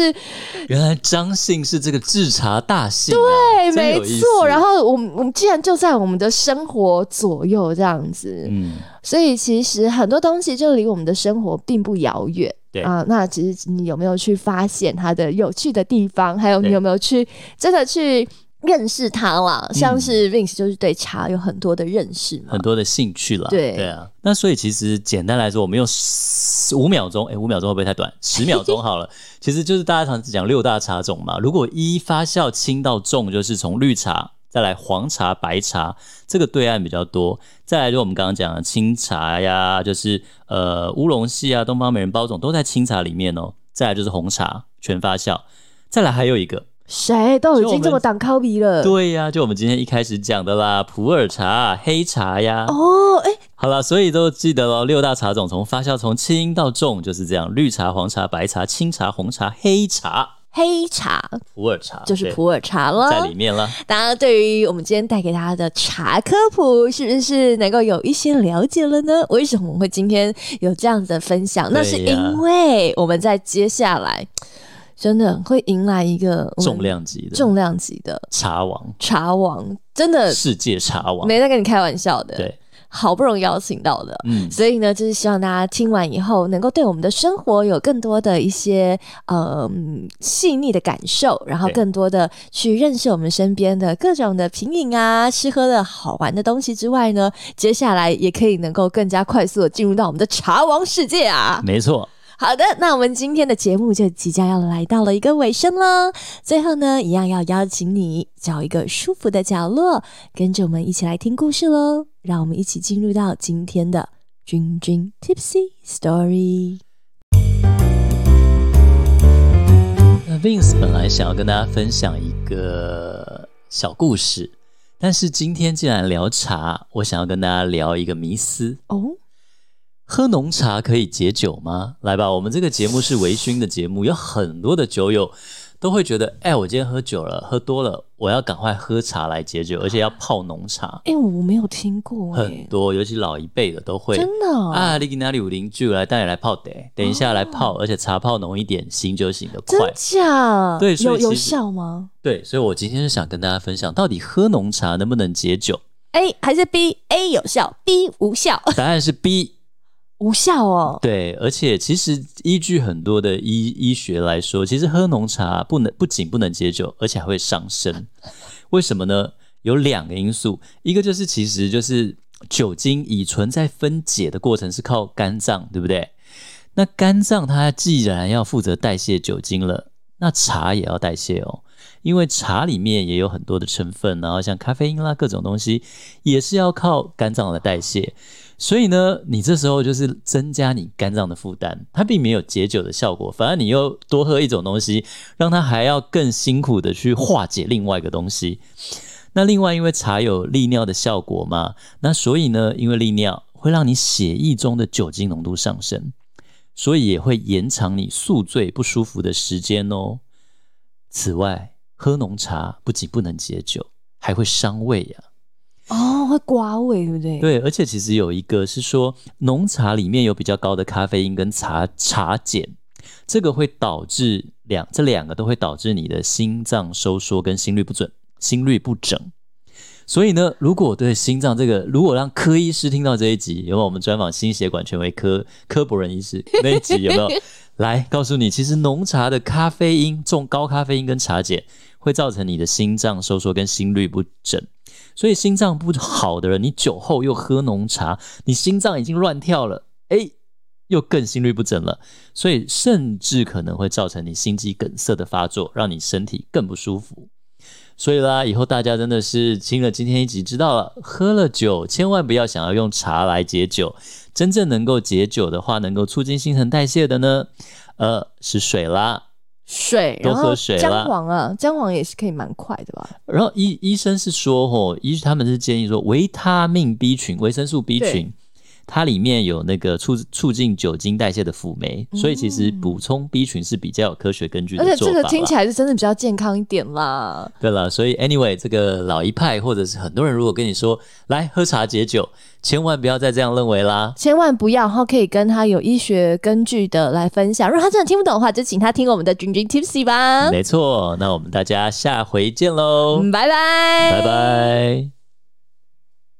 Speaker 1: 原来张姓是这个制茶大姓啊，
Speaker 2: 对，
Speaker 1: 真
Speaker 2: 哎没
Speaker 1: 有意
Speaker 2: 错。
Speaker 1: 思
Speaker 2: 然后我们我们竟然就在我们的生活左右这样子，
Speaker 1: 嗯，
Speaker 2: 所以其实很多东西就离我们的生活并不遥远。
Speaker 1: 对
Speaker 2: 啊、那其实你有没有去发现它的有趣的地方？还有你
Speaker 1: 对
Speaker 2: 有没有去真的去认识它啦？像是 Vince 就是对茶有很多的认识嘛
Speaker 1: 嗯很。多的兴趣啦。
Speaker 2: 对
Speaker 1: 对啊，那所以其实简单来说，我们用10五秒钟，哎、五秒钟会不会太短？十秒钟好了。其实就是大家常讲六大茶种嘛。如果一发酵轻到重，就是从绿茶。再来黄茶、白茶，这个对岸比较多。再来就我们刚刚讲的青茶呀，就是呃乌龙系啊、东方美人包种都在青茶里面哦。再来就是红茶全发酵，再来还有一个
Speaker 2: 谁都
Speaker 1: 所
Speaker 2: 已
Speaker 1: 以我
Speaker 2: 经
Speaker 1: 们
Speaker 2: 这么挡 c o 了。
Speaker 1: 对呀、就我们今天一开始讲的啦，普洱茶、黑茶呀。
Speaker 2: 哦，哎、
Speaker 1: 好啦，所以都记得喽，六大茶种从发酵从轻到重就是这样，绿茶、黄茶、白茶、青茶、红茶、黑茶、
Speaker 2: 黑茶
Speaker 1: 普洱茶，
Speaker 2: 就是
Speaker 1: 啊对
Speaker 2: 普洱茶了。
Speaker 1: 在里面啦。
Speaker 2: 大家对于我们今天带给大家的茶科普，是不是能够有一些了解了呢？为什么我们会今天有这样子的分享？那是
Speaker 1: 对呀
Speaker 2: 因为我们在接下来真的会迎来一个我们
Speaker 1: 重量级的
Speaker 2: 嗯重量级的
Speaker 1: 茶王，
Speaker 2: 茶王，真的
Speaker 1: 世界茶王，
Speaker 2: 没在跟你开玩笑的，
Speaker 1: 对，
Speaker 2: 好不容易邀请到的。
Speaker 1: 嗯，
Speaker 2: 所以呢，就是希望大家听完以后，能够对我们的生活有更多的一些呃嗯细腻的感受，然后
Speaker 1: 对
Speaker 2: 更多的去认识我们身边的各种的品饮啊、吃喝的好玩的东西之外呢，接下来也可以能够更加快速的进入到我们的茶王世界啊。
Speaker 1: 没错，
Speaker 2: 好的，那我们今天的节目就即将要来到了一个尾声了。最后呢，一样要邀请你找一个舒服的角落，跟着我们一起来听故事喽。让我们一起进入到今天的君君 Tipsy Story。
Speaker 1: 那 Vince 本来想要跟大家分享一个小故事，但是今天既然聊茶，我想要跟大家聊一个迷思。
Speaker 2: 哦，
Speaker 1: 喝浓茶可以解酒吗？来吧，我们这个节目是微醺的节目，有很多的酒友都会觉得，哎、我今天喝酒了，喝多了，我要赶快喝茶来解
Speaker 2: 啊
Speaker 1: 酒，而且要泡浓茶。
Speaker 2: 哎、我没有听过、哎
Speaker 1: 很多，尤其老一辈的都会。
Speaker 2: 真的哦、
Speaker 1: 啊，你给哪里有邻居来带你来泡茶，等一下来泡，而且茶泡浓一点，醒酒醒得
Speaker 2: 真
Speaker 1: 快。
Speaker 2: 假？
Speaker 1: 对所
Speaker 2: 有
Speaker 1: 以
Speaker 2: 有
Speaker 1: 其实
Speaker 2: 效吗
Speaker 1: 对，所以我今天就想跟大家分享，到底喝浓茶能不能解酒？
Speaker 2: ？A 哎还是 B？A 有效，B 无效，
Speaker 1: 答案是 B。
Speaker 2: 无效哦。
Speaker 1: 对，而且其实依据很多的医医学来说，其实喝浓茶不能不仅不能解酒，而且还会伤身。 为什么呢？有两个因素，一个就是其实就是酒精乙醇在分解的过程是靠肝脏，对不对？那肝脏它既然要负责代谢酒精了，那茶也要代谢哦，因为茶里面也有很多的成分，然后像咖啡因啦各种东西，也是要靠肝脏来代谢。所以呢，你这时候就是增加你肝脏的负担，它并没有解酒的效果，反而你又多喝一种东西，让它还要更辛苦的去化解另外一个东西。那另外，因为茶有利尿的效果嘛，那所以呢，因为利尿会让你血液中的酒精浓度上升，所以也会延长你宿醉不舒服的时间哦。此外，喝浓茶不仅不能解酒，还会伤胃啊呀、
Speaker 2: 哦，会刮胃，对不对？
Speaker 1: 对，而且其实有一个是说，浓茶里面有比较高的咖啡因跟茶茶碱，这个会导致两这两个都会导致你的心脏收缩跟心律不准、心律不整。所以呢，如果对心脏这个，如果让柯医师听到这一集，有没有我们专访心血管权威柯柯博仁医师那一集有没有来告诉你，其实浓茶的咖啡因重高咖啡因跟茶碱会造成你的心脏收缩跟心律不整。所以心脏不好的人，你酒后又喝浓茶，你心脏已经乱跳了，哎，又更心律不整了，所以甚至可能会造成你心肌梗塞的发作，让你身体更不舒服。所以啦，以后大家真的是听了今天一集知道了，喝了酒千万不要想要用茶来解酒，真正能够解酒的话，能够促进新陈代谢的呢，呃，是水啦。
Speaker 2: 水，
Speaker 1: 多
Speaker 2: 然后
Speaker 1: 喝水啦
Speaker 2: 姜黄啊，姜黄也是可以蛮快的吧？
Speaker 1: 然后医医生是说，吼，医他们是建议说，维他命 B 群、维生素 B
Speaker 2: 对
Speaker 1: 群，它里面有那个促促进酒精代谢的辅酶，所以其实补充 B 群是比较有科学根据的
Speaker 2: 嗯而且
Speaker 1: 做
Speaker 2: 这
Speaker 1: 法啦。
Speaker 2: 个听起来是真的比较健康一点啦。
Speaker 1: 对了，所以 anyway，这个老一派或者是很多人如果跟你说来喝茶解酒，千万不要再这样认为啦。
Speaker 2: 千万不要，然后可以跟他有医学根据的来分享。如果他真的听不懂的话，就请他听我们的君君 Tipsy 吧。
Speaker 1: 没错，那我们大家下回见喽，
Speaker 2: 嗯，拜拜，
Speaker 1: 拜。拜。